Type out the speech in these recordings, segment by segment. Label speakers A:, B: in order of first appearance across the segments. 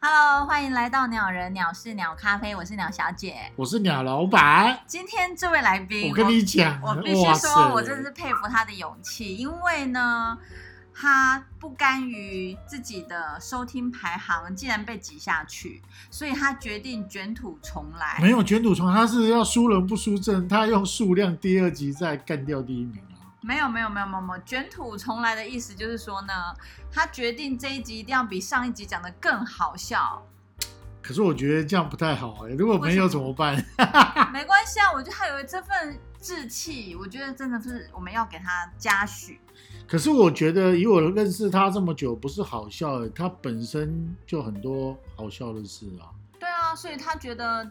A: Hello，欢迎来到鸟人鸟事鸟咖啡，我是鸟小姐。
B: 我是鸟老板。
A: 今天这位来宾，
B: 我跟你讲，
A: 我必须
B: 哇
A: 说，
B: 塞
A: 我真是佩服他的勇气，因为呢，他不甘于自己的收听排行竟然被挤下去，所以他决定卷土重来。
B: 没有卷土重来，他是要输人不输阵，他用数量第二集再干掉第一名啊。
A: 没有没有没有没有没有，卷土重来的意思就是说呢，他决定这一集一定要比上一集讲的更好笑。
B: 可是我觉得这样不太好哎、如果没有
A: 为什
B: 怎
A: 么
B: 么办？
A: 没关系啊，我觉得他有这份志气，我觉得真的是我们要给他嘉许。
B: 可是我觉得以我认识他这么久，不是好笑的，他本身就很多好笑的事啊。
A: 对啊，所以他觉得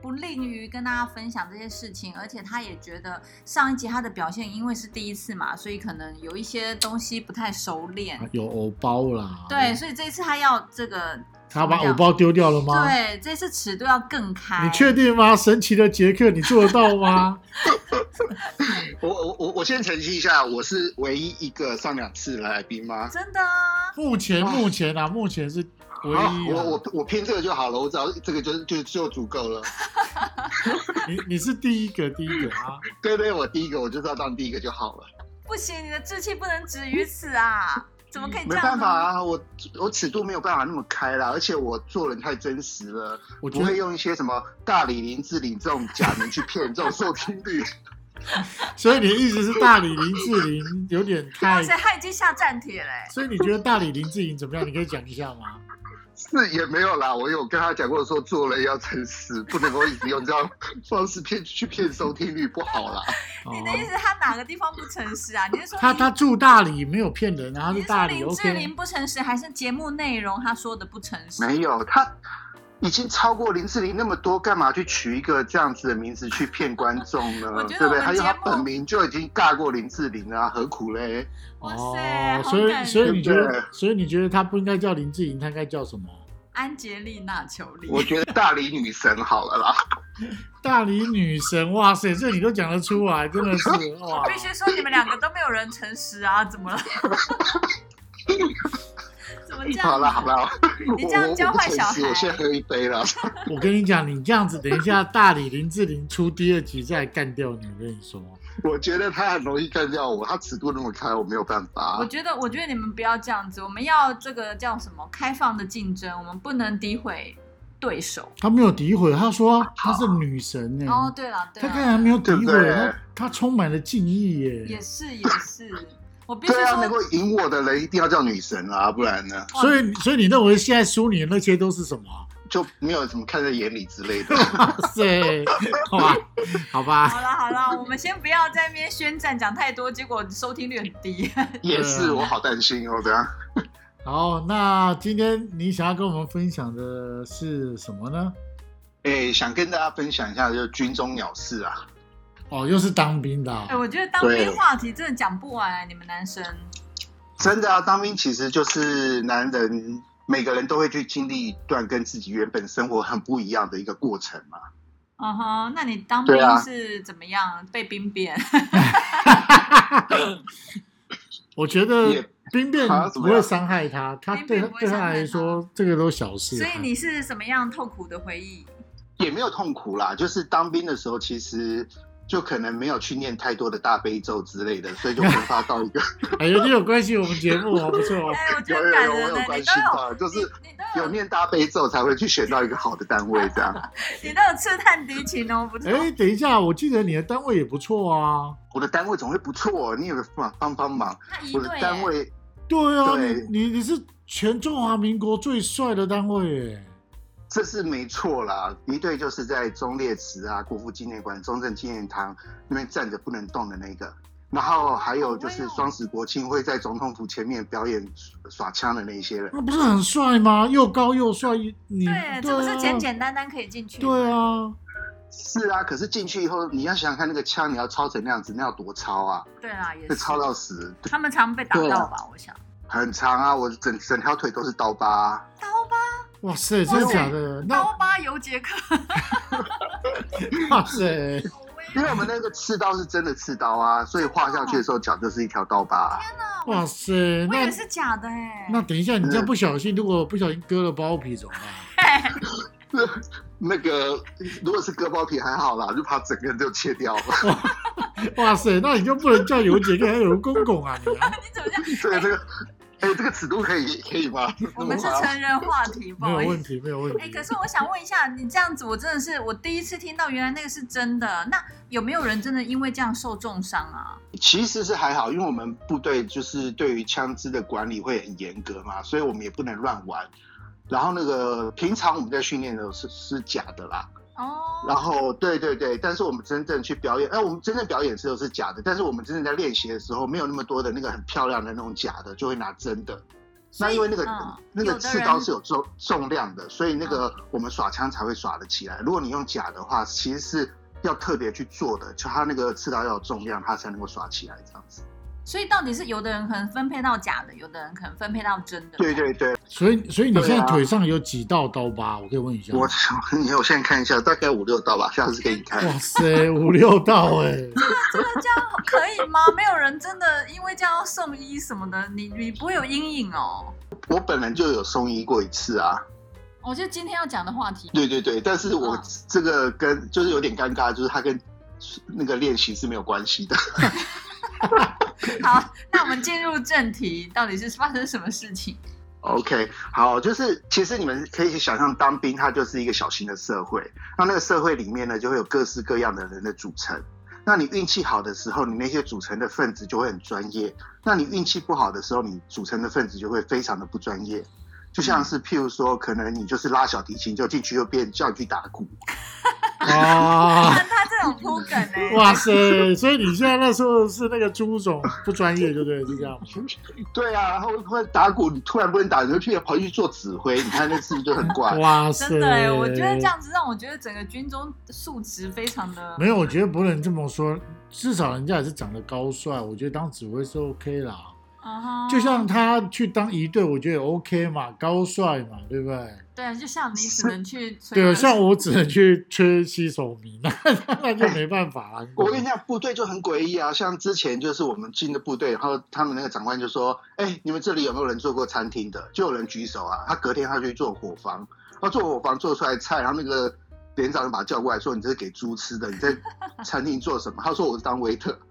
A: 不吝于跟大家分享这些事情，而且他也觉得上一集他的表现，因为是第一次嘛，所以可能有一些东西不太熟练。
B: 有偶包啦，
A: 对，，所以这一次他要这个，
B: 他把
A: 怎么
B: 偶
A: 讲
B: 包丢掉了吗？
A: 对，啊这次尺度要更开。
B: 你确定吗？神奇的杰克，你做得到吗？
C: 我我我我先澄清一下，我是唯一一个上两次来宾吗？
A: 真的啊？
B: 目前目前啊，目前是唯一、
C: 好
B: 啊。
C: 我我我拼这个就好了，我只要这个就就就足够了。
B: 你你是第一个第一个啊！
C: 对对，我第一个我就知道当第一个就好了，
A: 不行，你的志气不能止于此啊！怎么可以这
C: 没
A: 样？
C: 办法，啊，我我尺度没有办法那么开啦，而且我做人太真实了，
B: 我觉
C: 不会
B: 得，
C: 用一些什么大李林志玲这种假名去骗这种收听率。
B: 所以你的意思是大理林志玲有点太
A: 哇，塞，他已经下战帖欸嘞、
B: 所以你觉得大理林志玲怎么样？你可以讲一下吗？
C: 是也没有啦，我有跟他讲过说做人要诚实，不能够一直用这样方式骗去骗收听率，不好啦。
B: 哦
A: 你的意思他哪个地方不诚实啊？你是说
B: 他
A: 你
B: 他住大理没有骗人啊，他
A: 你
B: 是
A: 是
B: 大
A: 说
B: 理
A: 林志
B: OK
A: 玲。不诚实，还是节目内容他说的不诚实？
C: 没有，他已经超过林志玲那么多，干嘛去取一个这样子的名字去骗观众呢
A: 我？觉得
C: 对不
A: 我
C: 对？
A: 们
C: 他用
A: 节
C: 他
A: 目
C: 本名就已经尬过林志玲啊，何苦嘞？
A: 哇塞，
B: 哦，
A: 好
B: 所以
A: 感
B: 所以
A: 人
B: 你觉
C: 对
B: 得，所以你觉得他不应该叫林志玲，他应该叫什么？
A: 安杰丽娜·裘丽，
C: 我觉得大理女神好了啦，
B: 大理女神，哇塞，这你都讲得出来，真的 是哇！
A: 必须说你们两个都没有人诚实啊，怎么了？ 怎 么这样？
C: 好啦好，啦，
A: 你
C: 我
A: 这样
C: 我
A: 教
C: 我不
A: 坏
C: 诚
A: 小
C: 实，我
A: 孩
C: 先喝一杯啦。
B: 我跟你讲，你这样子，等一下大理林志玲出第二集再干掉你，我跟你说。
C: 我觉得他很容易干掉我，他尺度那么开，我没有办
A: 我
C: 法。
A: 觉得，我觉得你们不要这样子，我们要这个叫什么开放的竞争，我们不能诋毁对手。
B: 他没有诋毁，他说她是女神
C: 嗯
B: 呢、
A: 哦，对了，对
B: 他
A: 了，
B: 刚才没有诋
C: 对不
B: 毁，
C: 对
B: 他他充满了敬意耶、
A: 也是也是，我必须
C: 对啊，
A: 说哦
C: 能够赢我的人一定要叫女神啊，不然呢
A: 哇
B: 所以所以你认为现在输你的那些都是什么？
C: 就没有什么看在眼里之类的。
A: 啊
B: 哇塞，好吧，好吧，
A: 好了好了，我们先不要在那边宣战讲太多，结果收听率很低。
C: 也
B: 对
C: 是，
B: 啊
C: 我好担心哦，对啊。
B: 好，那今天你想要跟我们分享的是什么呢？
C: 诶，哎想跟大家分享一下，就是军中鸟事啊。
B: 哦，又是当兵的、
A: 哎、
B: 啊，
A: 我觉得当兵话题真的讲不完、你们男生。
C: 真的啊，当兵其实就是男人每个人都会去经历一段跟自己原本生活很不一样的一个过程嘛。
A: 嗯哼，那你当兵
C: 对啊
A: 是怎么样？被兵变？
B: 我觉得
C: 也
B: 兵变
C: 啊
B: 不
C: 怎么
B: 会
C: 样
B: 伤害他，他
A: 兵
B: 对他
A: 变不会
B: 对他
A: 伤害
B: 来
A: 他
B: 说，这个都小事、
A: 所
B: 啊。
A: 以你是什么样痛苦的回 忆？
C: 也没有痛苦啦，就是当兵的时候，其实就可能没有去念太多的大悲咒之类的，所以就分发到一个
B: 哎呦，你有关系我们节目哦，不错 哦。
A: 哎、我觉
C: 有
A: 得
C: 有
A: 感
C: 有我
A: 人呢、
C: 有关
A: 你
C: 系
A: 都有，
C: 到，就是
A: 你你都
C: 有
A: 有，
C: 念大悲咒才会去选到一个好的单位这样。
A: 你都有刺探敌情哦，不错。
B: 哎，等一下，我记得你的单位也不错啊。
C: 我的单位总会不错、你有个帮帮帮忙。
A: 那一
C: 我的
A: 队、
C: 单
A: 欸，
C: 位
B: 对啊，
C: 对
B: 你你你是全中华民国最帅的单位耶！
C: 这是没错啦，一队就是在忠烈祠啊、国父纪念馆、中正纪念堂那边站着不能动的那个，然后还有就是双十国庆会在总统府前面表演耍枪的那一些人。
B: 那不是很帅吗？又高又帅，你
A: 对，这不是
B: 啊
A: 简简单单可以进去。
B: 对，啊，
C: 是啊，可是进去以后，你要想想看，那个枪你要抄成那样子，那要多抄啊？
A: 对啦，也
C: 被
A: 是。
C: 抄到死，
A: 他们常被打
C: 对
A: 到
C: 啊
A: 吧？我想。
C: 很长啊！我整整条腿都是刀疤啊、
A: 刀疤，
B: 哇塞，
A: 哇塞
B: 真的假的？那
A: 刀疤尤杰克，
B: 哇塞，
A: 好威
C: 因为我们那个刺刀是真的刺刀啊，所以划下去的时候脚就是一条刀疤啊、
A: 啊！我
B: 哇塞，
A: 我以
B: 那
A: 为是假的哎、
B: 那等一下，你这样不小心，如果不小心割了包皮怎么 办？
C: 那个如果是割包皮还好啦，就把整个人就切掉了。
B: 哇塞，那你就不能叫尤杰克，还有公公啊你啊！
A: 你怎么这样？
C: 这个这个，哎、这个尺度可以可以吗？
A: 我 们是
C: 这么麻
A: 成人话题，不
B: 没有
A: 好意
B: 问
A: 思。
B: 题，没有问
A: 哎、
B: 题。
A: 可是我想问一下，你这样子，我真的是我第一次听到，原来那个是真的。那有没有人真的因为这样受重伤啊？
C: 其实是还好，因为我们部队就是对于枪支的管理会很严格嘛，所以我们也不能乱玩。然后那个平常我们在训练的时候是是假的啦，然
A: 哦，
C: 后对对对，但是我们真正去表演，哎、我们真正表演的时候是假的，但是我们真正在练习的时候没有那么多的那个很漂亮的那种假的，就会拿真的。
A: 所
C: 那
A: 以
C: 因为那个、
A: 嗯
C: 那个
A: 有的
C: 刺
A: 人嗯
C: 刀是有重重量的，所以那个我们耍枪才会耍得起来。如果你用假的话，其实是要特别去做的，就它那个刺刀要有重量，它才能够耍起来这样子。
A: 所以到底是有的人可能分配到假的，有的人可能分配到真的。
C: 对对对，
B: 所以所以你现
C: 对
B: 在
C: 啊
B: 腿上有几道刀疤？我可以问一下吗。
C: 我 你我现在看一下，大概五六刀吧，下次给你看。
B: 哇塞，五六道哎、
A: 这个这样可以吗？没有人真的因为这样要送医什么的，你你不会有阴影哦。
C: 我本人就有送医过一次啊，
A: 我觉得今天要讲的话题，
C: 对对对，但是我
A: 嗯
C: 这个跟就是有点尴尬，就是它跟那个练习是没有关系的。
A: 好，那我们进入正题，到底是发生什么事情？
C: OK，好，就是其实你们可以想象，当兵它就是一个小型的社会。那那个社会里面呢，就会有各式各样的人的组成。那你运气好的时候，你那些组成的分子就会很专业；那你运气不好的时候，你组成的分子就会非常的不专业。就像是譬如说，可能你就是拉小提琴，就进去又变叫你去打鼓，
B: 啊！
A: 看他这种铺梗哎、
B: 哇塞！所以你现在那时候是那个朱总不专业，对不对？是这 样吗？
C: 对啊，然后突然打鼓，你突然不能打，你就去跑去做指挥，你看那是不是就很 怪？
B: 哇塞！
A: 真的哎、我觉得这样子让我觉得整个军中素质非常的
B: 没有，我觉得不能这么说，至少人家也是长得高帅，我觉得当指挥是 OK 啦。
A: 啊哈
B: 就像他去当一队，我觉得也 OK 嘛，高帅嘛，对不对？
A: 对，啊就像你只能去
B: 对啊，
A: 吹
B: 像我只能去吹西手迷，那那就没办法了。
C: 我跟你讲，部队就很诡异啊。像之前就是我们进的部队，然后他们那个长官就说：“哎、你们这里有没有人做过餐厅的？”就有人举手啊。他隔天他就去做伙房，他做伙房做出来菜，然后那个连长就把他叫过来说：“你这是给猪吃的，你在餐厅做什么？”他说：“我是当 waiter。”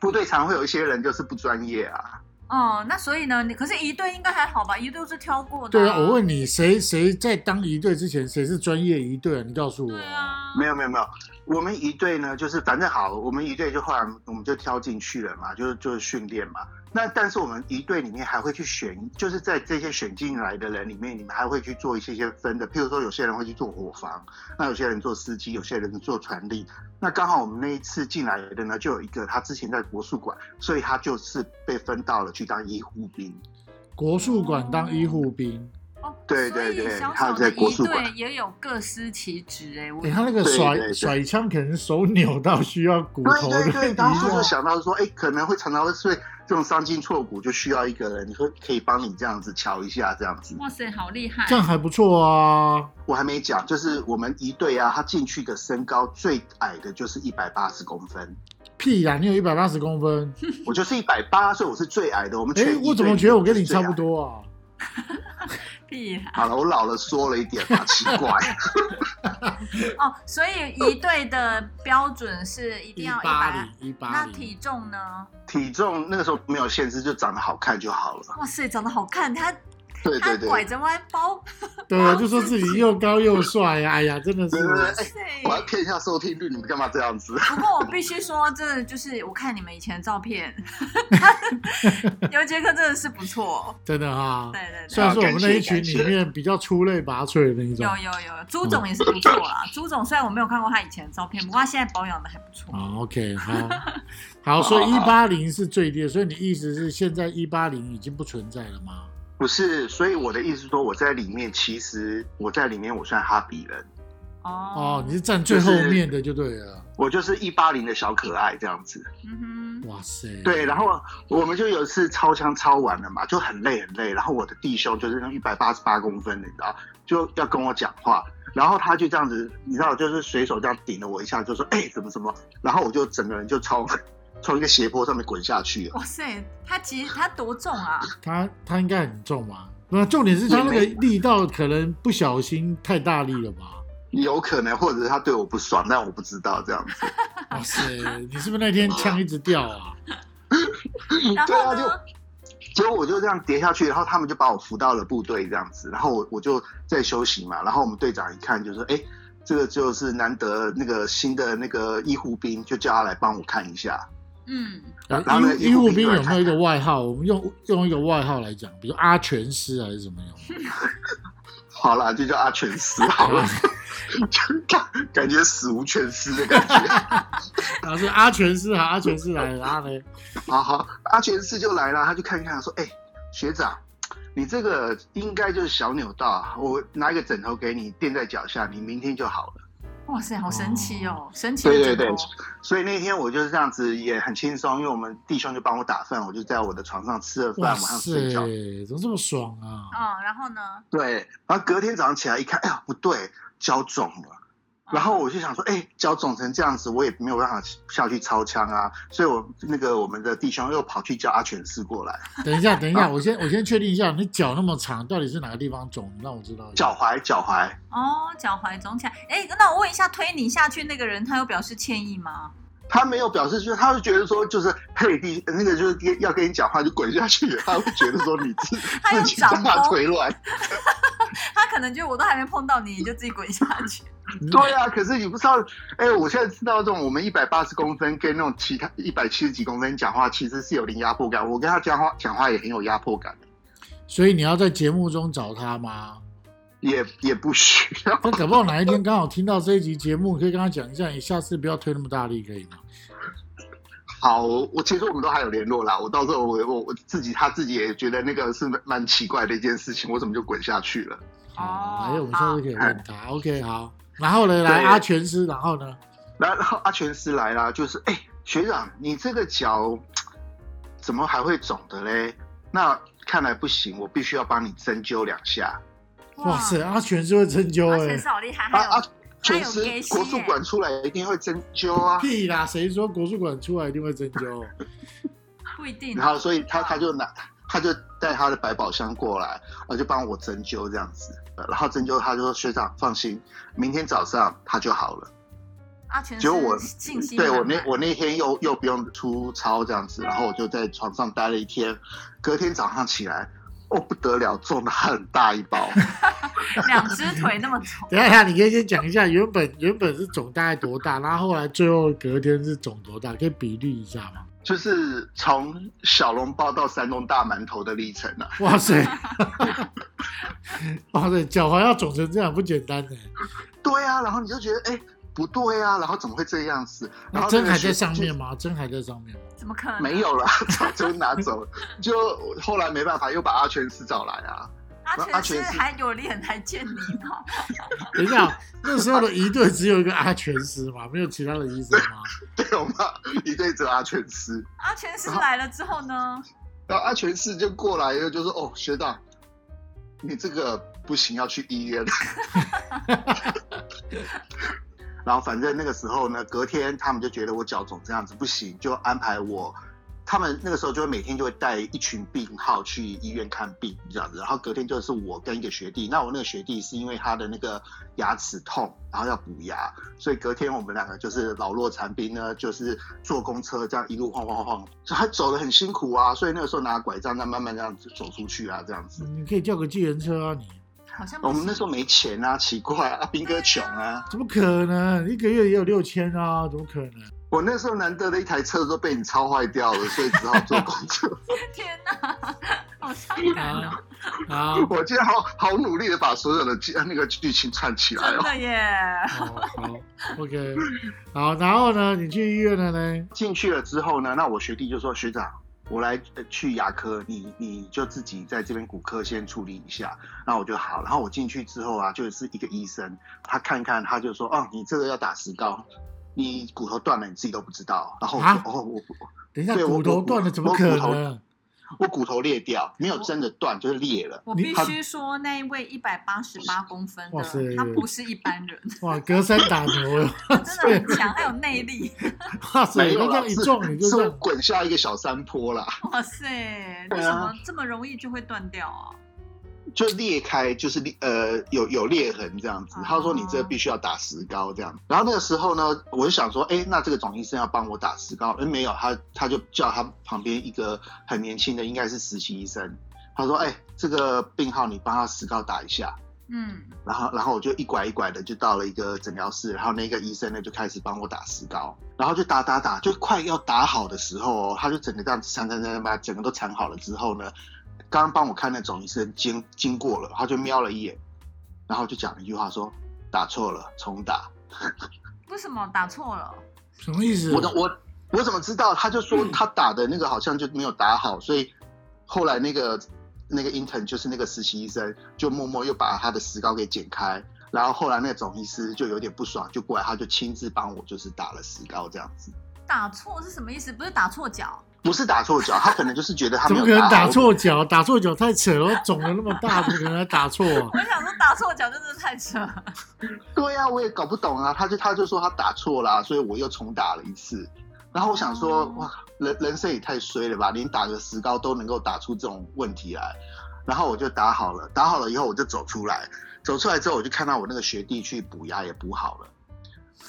C: 部队常会有一些人就是不专业啊，
A: 哦，那所以呢，你可是一队应该还好吧？一队是挑过的、
B: 对啊，我问你，谁谁在当一队之前，谁是专业一队啊？你告诉我。
A: 对啊，
C: 没有没有没有，我们一队呢，就是反正好，我们一队就后来我们就挑进去了嘛，就是就是训练嘛。那但是我们一队里面还会去选，就是在这些选进来的人里面，你们还会去做一些些分的，譬如说有些人会去做伙房，那有些人做司机，有些人做传力。那刚好我们那一次进来的呢，就有一个他之前在国术馆，所以他就是被分到了去当医护兵。
B: 国术馆当医护兵，
A: 哦，
C: 对对
A: 所以
C: 对
A: 小
C: 还
A: 小
C: 有
A: 的
C: 在国
A: 一
C: 术馆
A: 队也有各司其职哎、我
B: 诶他那个
C: 对
B: 甩
C: 对对
B: 甩枪可能手扭到需要骨
C: 对
B: 头
C: 对
B: 的
C: 对，
B: 移
C: 然后他就
B: 动。
C: 想到说，哎、可能会常常会是这种伤筋错骨，就需要一个人，你会可以帮你这样子瞧一下，这样子。
A: 哇塞，好厉害
B: 这！样还不错啊。
C: 我还没讲，就是我们一队啊，他进去的身高最矮的就是一百八十公分，
B: 屁呀、你有一百八十公分，
C: 我就是一百八，所以我是最矮的。我们
B: 哎、
C: 全一队
B: 我怎么觉得我跟你
C: 是最矮
B: 差不？多啊？
A: 厉害
C: 好了，我老了说了一点嘛，奇怪。
A: 哦，所以一队的标准是一定要一
B: 八
A: 百
C: 啊
B: 零。一八
A: 那
B: 零，
A: 体重呢？
C: 体重那个时候没有限制，就长得好看就好了。
A: 哇塞，长得好看，他
C: 对
A: 他
C: 对对，
A: 拐着弯包，
B: 对啊，就说自己又高又帅呀、哎呀，真的是
C: 对对对，
A: 哇
C: 哎、
A: 塞！
C: 我要骗一下收听率，你们干嘛这样子？
A: 不过我必须说，真的就是我看你们以前的照片， 他尤杰克真的是不错，
B: 真的哈、
A: 对对
B: 虽
A: 对。
B: 然说我们那一群里面比较出类拔萃的那一种
A: 有。有有，朱总也是不错啦。朱总虽然我没有看过他以前的照片，不过他现在保养的还不错。
B: 好 o k 啊 好，好，所以一八零是最低的，所以你意思是现在一八零已经不存在了吗？
C: 不是，所以我的意思是说，我在里面其实我在里面我算哈比人，
A: 哦
B: 哦，你是站最后面的就对了。
C: 我就是一八零的小可爱这样子。
A: 嗯哼，
B: 哇塞！
C: 对，然后我们就有一次超枪超完了嘛，就很累很累。然后我的弟兄就是那一百八十八公分的，你知道，就要跟我讲话，然后他就这样子，你知道，就是随手这样顶了我一下，就说：“哎、怎么怎么？”然后我就整个人就从 从一个斜坡上面滚下去了。
A: 哇塞，他其实他多重 啊？
B: 他他应该很重吧？那重点是他那个力道可能不小心太大力了吧？
C: 有可能，或者是他对我不爽，但我不知道这样子。
B: 哇塞，你是不是那天枪一直掉啊？
A: 然
C: 对
A: 后
C: 啊，
A: 呢？
C: 就结果我就这样跌下去，然后他们就把我扶到了部队这样子，然后我我就在休息嘛，然后我们队长一看就说，哎、这个就是难得那个新的那个医护兵，就叫他来帮我看一下。
A: 嗯，
B: 呃
C: 然后呢
B: 医医务兵有没有一
C: 医务兵
B: 个外号？我们用用一个外号来讲，比如阿全师还是什么样？
C: 好啦，就叫阿全师好了，就感感觉死无全尸的感觉。
B: 啊，是阿全师啊，阿全师来了，他 呢？
C: 好好，阿全师就来了，他就看一看，说，哎、学长。你这个应该就是小扭到啊，我拿一个枕头给你垫在脚下，你明天就好了。
A: 哇塞，好神奇哦，神奇的
C: 对对
A: 解
C: 对
A: 脱。，
C: 所以那天我就是这样子，也很轻松，因为我们弟兄就帮我打饭，我就在我的床上吃了饭，
B: 哇
C: 晚上睡
B: 塞，
C: 觉。
B: 怎么这么爽啊？
A: 哦，然后呢？
C: 对，然后隔天早上起来一看，哎呀，不对，脚肿了。然
A: 嗯
C: 后我就想说，哎，脚肿成这样子，我也没有办法下去操枪啊，所以我那个我们的弟兄又跑去叫阿全师过来，
B: 等一下，等一下，我先我先确定一下，你脚那么长，到底是哪个地方肿？你让我知道一下。
C: 脚踝，脚踝，
A: 哦，脚踝肿起来。哎，那我问一下，推你下去那个人，他有表示歉意吗？
C: 他没有表示出，他就觉得说就是嘿弟，那个就是跟要跟你讲话就滚下去，他会觉得说你自
A: 他有
C: 自己
A: 长
C: 大
A: 高
C: 腿软，
A: 他可能觉得我都还没碰到你，你就自己滚下去。
B: 嗯
C: 对啊，可是你不知道，哎、我现在知道这种我们一百八十公分跟那种其他一百七十几公分讲话，其实是有点压迫感。我跟他讲话讲话也很有压迫感，
B: 所以你要在节目中找他吗？
C: 也也不需要。
B: 他搞不好哪一天刚好听到这一集节目，可以跟他讲一下，你下次不要推那么大力，可以吗？
C: 好，我其实我们都还有联络啦。我到时候我我我自己他自己也觉得那个是蛮蛮奇怪的一件事情，我怎么就滚下去了？
B: 好，
A: 哦
B: 哎，我们下次可以问他。OK，好。然后呢，来
C: 对
B: 阿全师，然后呢？
C: 然后阿全师来啦，就是哎、学长，你这个脚怎么还会肿的嘞？那看来不行，我必须要帮你针灸两下。
B: 哇塞，阿全师会针灸
A: 阿
B: 哎
A: 全、是好厉害，
C: 啊
A: 还有、
C: 啊！
A: 还有
C: 全师
A: 给息
C: 国术
A: 耶
C: 馆出来一定会针灸啊。
B: 屁啦！谁说国术馆出来一定会针灸？
A: 不一定。
C: 然后所以他
A: 啊
C: 他就拿他就带他的百宝箱过来，呃，就帮我针灸这样子。呃然后针灸，他就说学长放心，明天早上他就好了。
A: 阿全
C: 结果我
A: 是信心
C: 对
A: 满
C: 我那
A: 满
C: 我那天又又不用出操这样子，然后我就在床上待了一天，隔天早上起来。哦，不得了，中了很大一包，
A: 两只腿那么肿，
B: 等一下，你可以先讲一下，原本原本是肿大概多大，然后后来最后隔天是肿多大，可以比例一下吗？
C: 就是从小笼包到山东大馒头的历程啊。
B: 哇塞，哇塞，脚踝要肿成这样不简单欸呢、
C: 对啊，然后你就觉得哎、不对啊，然后怎么会这样子？然
B: 那
C: 后
B: 针
C: 那个
B: 还在
C: 学
B: 上
C: 就
B: 面吗？针还在上面吗？
A: 怎么可能？
C: 没有了，早就拿走了。 就后来没办法，又把阿全师找来啊。
A: 阿
C: 阿
A: 全是
C: 全是
A: 还有脸来见你吗？
B: 等一 下，那时候的一队只有一个阿全师嘛，没有其他的医生吗？
C: 对，我们一对折阿全师，
A: 阿全是来了之后呢？
C: 然后阿全师就过来，又就说：“哦，学长，你这个不行，要去医院。”然后反正那个时候呢，隔天他们就觉得我脚肿这样子不行，就安排我。他们那个时候就会每天就会带一群病号去医院看病这样子，然后隔天就是我跟一个学弟，那我那个学弟是因为他的那个牙齿痛，然后要补牙，所以隔天我们两个就是老弱残兵呢，就是坐公车这样一路晃晃晃晃，就他走的很辛苦啊，所以那个时候拿拐杖这样慢慢这样子走出去啊，这样子。
B: 你可以叫个计程车啊你！
A: 好像不
C: 哦我们
A: 是
C: 那时候没钱啊， 奇怪啊，兵哥穷啊，
B: 怎么可能？一个月也有六千啊，怎么可能？
C: 我那时候难得的一台车都被你超坏掉了，所以只好坐公车。
A: 天哪，好伤感
B: 啊
A: 哦！
B: 啊！
C: 我今天好好努力的把所有的剧那个剧情串起 来
A: 真
C: 哦。
A: 的耶，
B: 哦好，OK，好，然后呢，你去医院了呢？
C: 进去了之后呢，那我学弟就说：“学长，我来呃去牙科，你你就自己在这边骨科先处理一下。那我就好，然后我进去之后啊，就是一个医生，他看看他就说，哦，你这个要打石膏，你骨头断了你自己都不知道。然后我就、
B: 啊
C: 哦我我
B: 等一下，
C: 对我
B: 骨头
C: 我
B: 断了怎么
C: 我
B: 可
C: 骨头
B: 能？
C: 我骨头裂掉，没有真的断，就是裂了。
A: 我
B: 你
A: 必须说，那一位一百八十八公分
B: 哇
A: 的
B: 塞，
A: 他不是一般人，
B: 哇，隔山打牛了，
A: 真的很强，还有内力。
B: 哇塞，
C: 没
B: 那
C: 有
B: 这
C: 啦
B: 样一撞你就是这
C: 我
B: 样，
C: 滚下一个小山坡啦，
A: 哇塞，为
C: 对
A: 什么
C: 啊
A: 这么容易就会断掉啊？
C: 就裂开，就是裂呃有有裂痕这样子
A: 哦。
C: 他说你这必须要打石膏这样。然后那个时候呢，我就想说，哎、那这个总医生要帮我打石膏，哎、没有，他他就叫他旁边一个很年轻的，应该是实习医生，他说，哎、这个病号你帮他石膏打一下。
A: 嗯，
C: 然后，然后我就一拐一拐的就到了一个诊疗室，然后那个医生呢就开始帮我打石膏，然后就打打打，就快要打好的时候哦，他就整个这样缠缠缠缠把整个都缠好了之后呢，刚刚帮我看那总医生经经过了，他就瞄了一眼，然后就讲了一句话说打错了，重打。
A: 为什么打错了？
B: 什么意思？
C: 我怎我我怎么知道？他就说他打的那个好像就没有打好，所以后来那个那个 intern 就是那个实习医生，就默默又把他的石膏给剪开，然后后来那个总医师就有点不爽，就过来他就亲自帮我就是打了石膏这样子，
A: 打错是什么意思？不是打错脚，
C: 不是打错脚，他可能就是觉得他
B: 怎
C: 没
B: 么
C: 有
B: 可能
C: 打
B: 打
C: 好
B: 错脚？打错脚太扯了，肿的那么大，怎么可能还打错啊？
A: 我想说打错脚真的太扯了。
C: 对呀、我也搞不懂啊。他就他就说他打错啦，所以我又重打了一次。然后我想说，
A: 哦
C: 哇，人人生也太衰了吧，连打个石膏都能够打出这种问题来。然后我就打好了，打好了以后我就走出来，走出来之后我就看到我那个学弟去补牙也补好了，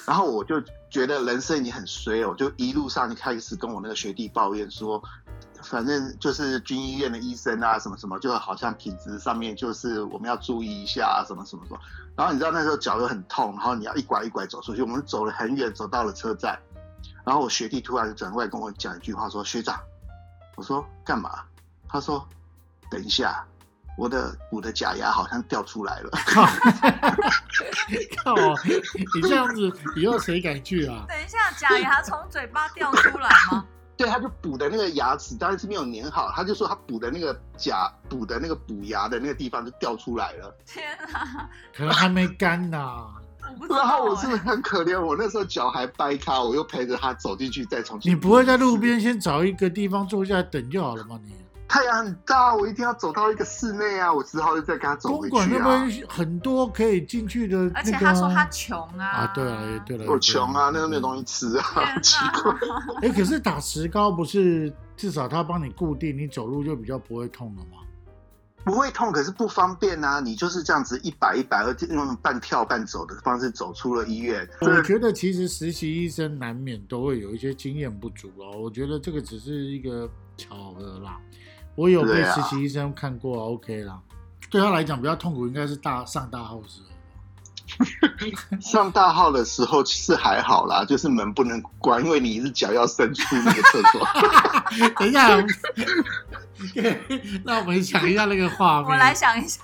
C: 然后我就觉得人生已经很衰了，我就一路上就开始跟我那个学弟抱怨说，反正就是军医院的医生啊什么什么，就好像品质上面就是我们要注意一下啊什么什么什么。然后你知道那时候脚又很痛，然后你要一拐一拐走出去，我们走了很远，走到了车站，然后我学弟突然转过来跟我讲一句话说：“学长，我说干嘛？”他说：“等一下，我的补的假牙好像掉出来了。
B: 靠！靠！你这样子以后谁敢去啊？
A: 等一下，假牙从嘴巴掉出来吗？
C: 对，他就补的那个牙齿当然是没有粘好，他就说他补的那个假补的那个补牙的那个地方就掉出来了。
A: 天啊，
B: 可能还没干呐、
A: 我不知道、欸。
C: 然后我真的很可怜，我那时候脚还掰开，我又陪着他走进去再重新。
B: 你不会在路？边先找一个地方坐下来等就好了吗你？
C: 太阳很大，我一定要走到一个室内啊！我只好又再跟他走
B: 公
C: 回
B: 馆
C: 去
B: 那
C: 啊。
B: 边很多可以进去的、那个啊，
A: 哎而且他说他穷啊。
B: 啊，对了，也对了，
C: 我穷啊，那个没有东
B: 西。
C: 西吃啊，
A: 天
C: 奇怪。
A: 哪！
B: 哎、可是打石膏不是至少它帮你固定，你走路就比较不会痛了吗？
C: 不会痛，可是不方便啊。你就是这样子一摆一摆，而且用半跳半走的方式走出了医院。
B: 我觉得其实实习医生难免都会有一些经验不足哦，我觉得这个只是一个巧合啦。我有被
C: 对啊
B: 实习医生看过、o k 啦。对他来讲比较痛苦应该是大上大号的时候吧。
C: 上大号的时候是还好啦，就是门不能关，因为你一只脚要伸出那个厕 所。
B: 等一下， 那我们想一下那个画面。
A: 我来想一下。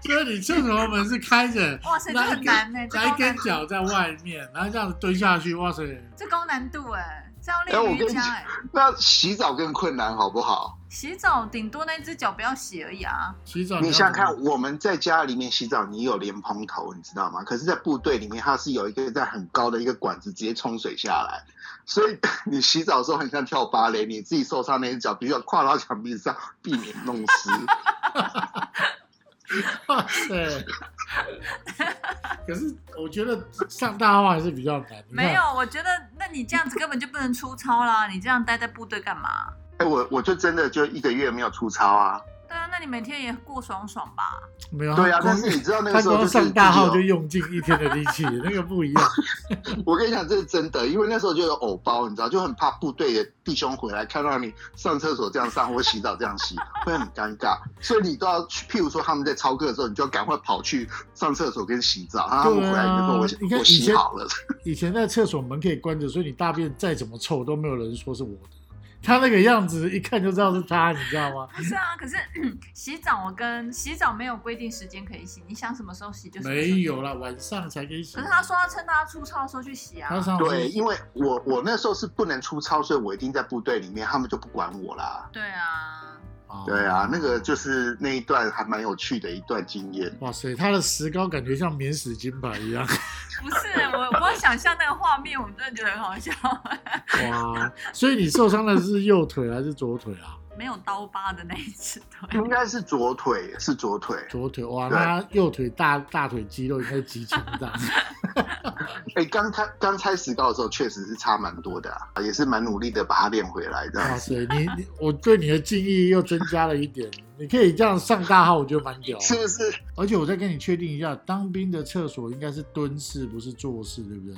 B: 所以你厕所门是开 着，
A: 哇塞，这
B: 那一
A: 很
B: 根
A: 难呢、这
B: 那一
A: 高
B: 根
A: 难，
B: 脚在外面，然后这样子蹲下去，哇塞！
A: 这高难度哎、这要
C: 哎我
A: 练
C: 跟
A: 瑜
C: 你
A: 伽
C: 讲
A: 哎、
C: 那洗澡更困难，好不好？
A: 洗澡顶多那只脚不要洗而已啊。
B: 洗澡哦
C: 你
B: 要
C: 想想
B: 怎么
C: 看，我们在家里面洗澡，你有莲蓬头，你知道吗？可是，在部队里面，它是有一个在很高的一个管子直接冲水下来，所以 你洗澡的时候很像跳芭蕾，你自己受伤那只脚必须要跨到墙壁上， 避免弄湿。
B: 哇塞！ 可是我觉得上大号还是比较难。你看
A: 没有，，我觉得那你这样子根本就不能出操啦。你这样待在部队干嘛？
C: 哎、我我就真的就一个月没有出操啊。
A: 对啊，那你每天也过爽爽吧？
B: 没有，
C: 对啊，
B: 他
C: 但
B: 光
C: 是你知道那个
B: 他
C: 时候就
B: 光
C: 是
B: 上大号
C: 自
B: 就
C: 己有
B: 用尽一天的力气， 那个不一样。
C: 我跟你讲，这是真的，因为那时候就有偶包，你知道，就很怕部队的弟兄回来看到你上厕所这样上或洗澡这样洗，会很尴尬，所以你都要去，譬如说他们在操课的时候，你就要赶快跑去上厕所跟洗澡，然后他们回来你就说我洗、
B: 对啊你看
C: 我
B: 以
C: 洗
B: 前
C: 好了，
B: 以前在厕所门可以关着，所以你大便再怎么臭都没有人说是我的。他那个样子一看就知道是他，你知道吗？
A: 不是啊，可是洗澡我跟洗澡没有规定时间可以洗，你想什么时候洗就什么时候洗
B: 没有。啦，晚上才可以洗
A: 可。是他说要趁大家出操的时候去洗啊。
B: 他上
C: 对，因为我我那时候是不能出操，所以我一定在部队里面，他们就不管我啦。
A: 对啊，
B: 哦
C: 对啊，那个就是那一段还蛮有趣的一段经验。
B: 哇塞，他的石膏感觉像免死金牌一样，
A: 不是我，我想象那个画面，我真的觉得很好笑。
B: 哇！所以你受伤的是右腿还是左腿啊？
A: 没有刀疤的那一只腿，
C: 应该是左腿，是左腿。
B: 左腿哇，
C: 对
B: 那他右腿大大腿肌肉应该极强大。
C: 哎，刚开刚拆石膏的时候，确实是差蛮多的、啊，也是蛮努力的把它练回来
B: 哇
C: 的。
B: 塞，你你我啊对你的敬意又增加了一点，你可以这样上大号，我觉得蛮屌的。
C: 是不是？
B: 而且我再跟你确定一下，当兵的厕所应该是蹲式，不是坐式，对不对？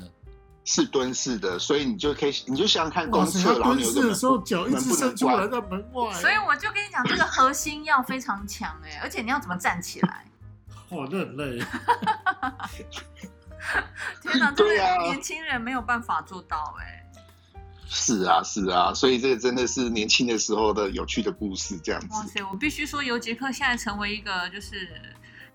C: 是蹲式的，所以你就可以，你就想想看
B: 哇
C: 公
B: 塞，
C: 厕，
B: 他
C: 然后
B: 蹲
C: 你有
B: 式
C: 个
B: 的
C: 门
B: 时候脚一
C: 门
B: 直
C: 不能
B: 伸出来
C: 关
B: 在门外，
A: 所以我就跟你讲，这个核心要非常强哎、而且你要怎么站起 来？
B: 哇，那很累。
A: 天哪，这
C: 对啊
A: 个年轻人没有办法做到哎、
C: 是啊，是啊，所以这个真的是年轻的时候的有趣的故事，这样
A: 哇
C: 子。
A: 塞，我必须说，尤杰克现在成为一个就是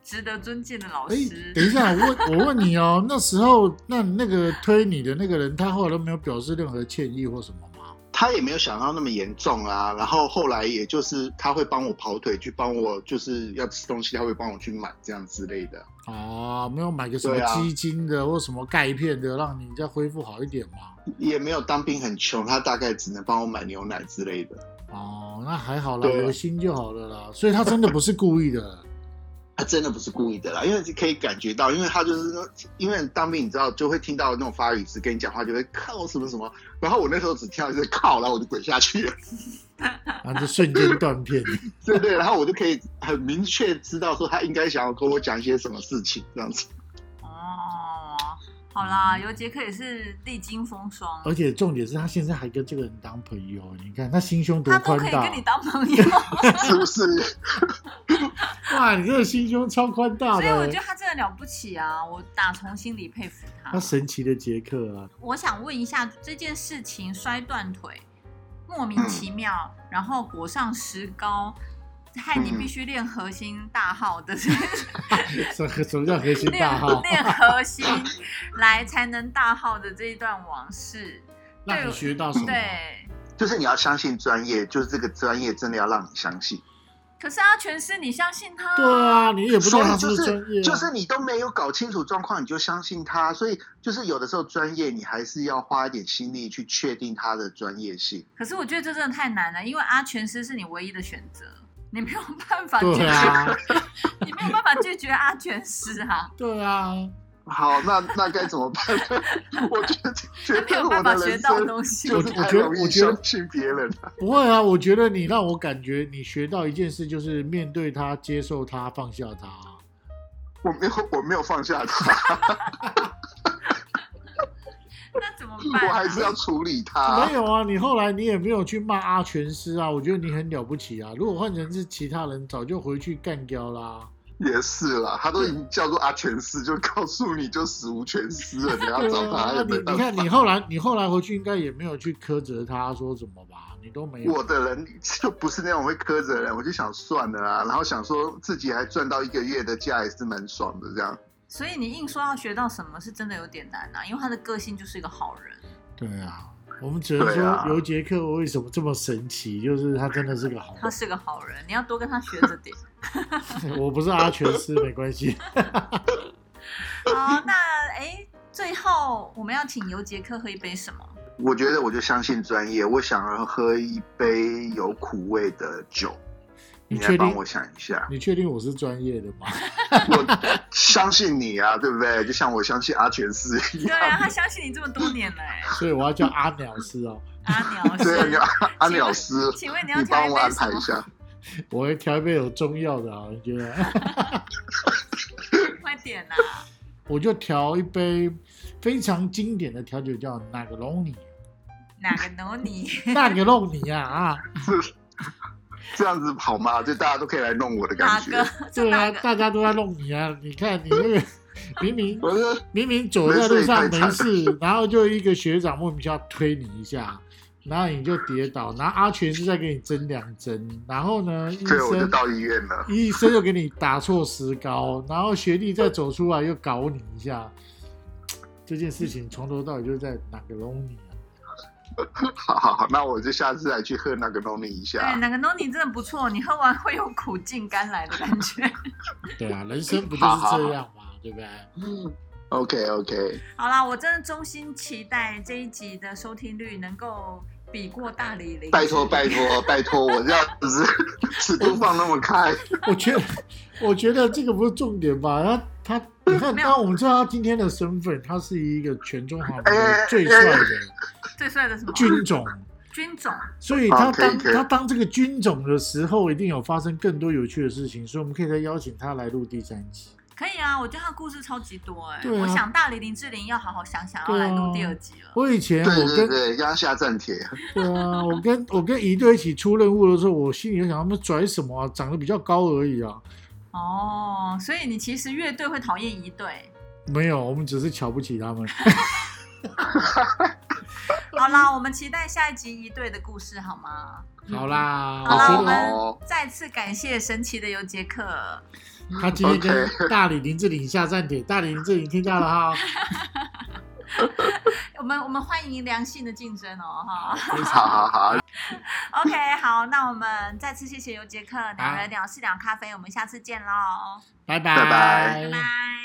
A: 值得尊敬的老
B: 哎、
A: 师。
B: 等一下，我问我问你哦，那时候那那个推你的那个人，他后来都没有表示任何歉意或什么吗？
C: 他也没有想到那么严重啊，然后后来也就是他会帮我跑腿，去帮我就是要吃东西，他会帮我去买这样之类的。
B: 哦，没有买个什么
C: 对啊
B: 鸡精的、或什么钙片的，让你再恢复好一点嘛。
C: 也没有当兵很穷，他大概只能帮我买牛奶之类的。
B: 哦，那还好啦，
C: 对啊
B: 有心就好了啦。所以他真的不是故意的。
C: 他真的不是故意的啦，因为可以感觉到，因为他就是说，因为当兵你知道就会听到那种发语词跟你讲话，就会靠什么什么，然后我那时候只听到一声靠，然后我就滚下去了，
B: 然后就瞬间断片。
C: 对对，然后我就可以很明确知道说他应该想要跟我讲一些什么事情这 样子。
A: 哦，好啦，尤杰克也是历经风霜，
B: 而且重点是他现在还跟这个人当朋友，你看他心胸多
A: 他都
B: 宽
A: 可以
B: 大
A: 跟你当 朋友，
C: 是不是？
B: 哇！你这个心胸超宽大
A: 所以我觉得
B: 的，
A: 他真的了不起啊！我打从心里佩服他
B: 他。神奇的杰克啊！
A: 我想问一下，这件事情摔断腿，莫
C: 嗯
A: 名其妙，然后裹上石膏，害你
C: 嗯
A: 必须练核心大号 的 这
B: 什什么叫核心大
A: 练
B: 号？
A: 练核心来才能大号的这一段往事，
B: 让你学到什么？
A: 对。
C: 就是你要相信专业，就是这个专业真的要让你相信。
A: 可是他全是你相信他，
B: 对啊，你也不知道
C: 所
B: 他是
C: 以就
B: 不是专业啊，
C: 就是你都没有搞清楚状况，你就相信他，所以就是有的时候专业你还是要花一点心力去确定他的专业性。
A: 可是我觉得这真的太难了，因为阿全师是你唯一的选择，你没有办法拒绝，
B: 对啊，
A: 你没有办法拒绝阿全师啊，
B: 对啊，
C: 好，那那该怎么办 呢？我觉得
A: 他
C: 觉
A: 没
C: 得
A: 有
C: 我
A: 办
C: 的
A: 法学
C: 人
A: 到
C: 生
A: 东西。
C: 就是太容
B: 我
C: 易
B: 觉得我觉得
C: 相信别人了。
B: 不会啊。我觉得你让我感觉你学到一件事，就是面对他、接受他、放下他。
C: 我没有，我没有放下他，
A: 那怎么办、啊
C: 我还？是要处理他
B: 没。有啊，你后来你也没有去骂阿全师啊，我觉得你很了不起啊。如果换成是其他人，早就回去干掉啦。
C: 也是啦，他都已经叫做阿全师，就告诉你就死无全尸了，你要
B: 对
C: 找
B: 啊
C: 他，也
B: 那你
C: 没办
B: 你看，
C: 法。
B: 你后来你后来回去应该也没有去苛责他说什么吧？你都没有。
C: 我的人就不是那种会苛责的人，我就想算了啊，然后想说自己还赚到一个月的假，也是蛮爽的这样。
A: 所以你硬说要学到什么是真的有点难啊，因为他的个性就是一个好人。
B: 对啊，我们只能
C: 对
B: 说
C: 啊
B: 尤杰克为什么这么神奇，就是他真的是个好
A: 他
B: 人。
A: 是个好人，你要多跟他学着 点。
B: 我不是阿全师，没关 系。
A: 好，那哎，最后我们要请尤杰克喝一杯什么？
C: 我觉得我就相信专业，我想要喝一杯有苦味的酒，
B: 你
C: 你
B: 确
C: 来帮
B: 定？，
C: 我想一下
B: 你确定我是专业的吗？
C: 我相信你啊，对不对？就像我相信阿全师一
A: 对
C: 样。
A: 啊，他相信你这么多年了，哎，
B: 所以我要叫阿鸟师哦，
A: 阿鸟
C: 对啊，
A: 是
C: 你。阿阿鸟师，
A: 请 问你要
C: 你
A: 调
C: 帮
A: 一
C: 我
A: 杯
C: 安
A: 什
C: 排
A: 么
C: 一？下。
B: 我会调一杯有中药的啊，你觉得？
A: 快点啊呐、
B: 我就调一杯非常经典的调酒，叫哪个龙尼？
A: 哪 个挪你？
B: 哪个龙尼啊 啊！
C: 这样子好吗？就大家都可以来弄我的
A: 哪
C: 感觉
A: 个。？是
B: 对
A: 哪
B: 啊，
A: 个？
B: 大家都在弄你啊！ 你看你那 个明明
C: 我是
B: 明明走在路上没事，然后就一个学长莫名其妙推你一下，然后你就跌倒，然后阿全是在给你针两针，然后呢，医
C: 对，我就
B: 生
C: 到医院了。
B: 医生又给你打错石膏，然后学弟再走出来又搞你一下，这件事情从头到尾就是在哪个弄你啊？
C: 好好好，那我就下次来去喝那个东尼一
A: 对，
C: 下。
A: 那个 Noni 真的不错，你喝完会有苦尽甘来的感觉。
B: 对啊，人生不就是这样嘛，对不 对？
C: OK OK，
A: 好啦，我真的衷心期待这一集的收听率能够比过大李玲。
C: 拜托拜托拜托，我这样 子尺度放那么开，
B: 我觉得，我觉得这个不是重点吧？他他，你看，
A: 没有
B: 当我们知道他今天的身份，他是一个全中华民
A: 呃
C: 哎
B: 国最帅的
A: 最帅的什么？
B: 军种，
A: 军种。
B: 所以他
A: 哦
C: 好可以
B: 当
C: 可以
B: 他当这个军种的时候，一定有发生更多有趣的事情，所以我们可以再邀请他来录第三集。
A: 可以啊，我觉得他故事超级多哎、
B: 对啊
A: 我想大李林志玲要好好想想，要
B: 对啊
A: 来录第二集了。
B: 我以前
C: 对
B: 我
C: 对
B: 跟
C: 对，刚刚下站帖，
B: 对啊，我跟我跟一队一起出任务的时候，我心里就想他们拽什么啊，长得比较高而已啊。
A: 哦，所以你其实乐队会讨厌一 队。
B: 没有，我们只是瞧不起他们。
A: 好啦，我们期待下一集一队的故事好吗？
B: 好啦，
A: 好啦，
B: 我觉得
A: 我们再次感谢神奇的尤杰克。
B: 他今天跟大理林志玲下站点，大理林志玲听到了哈。
A: 我们我们欢迎良性的竞争哦 哈。
C: 好好好，
A: OK，好，那我们再次谢谢尤杰克，两人聊事聊咖啡，我们下次见喽，
B: 拜拜
C: 拜拜
A: 拜拜。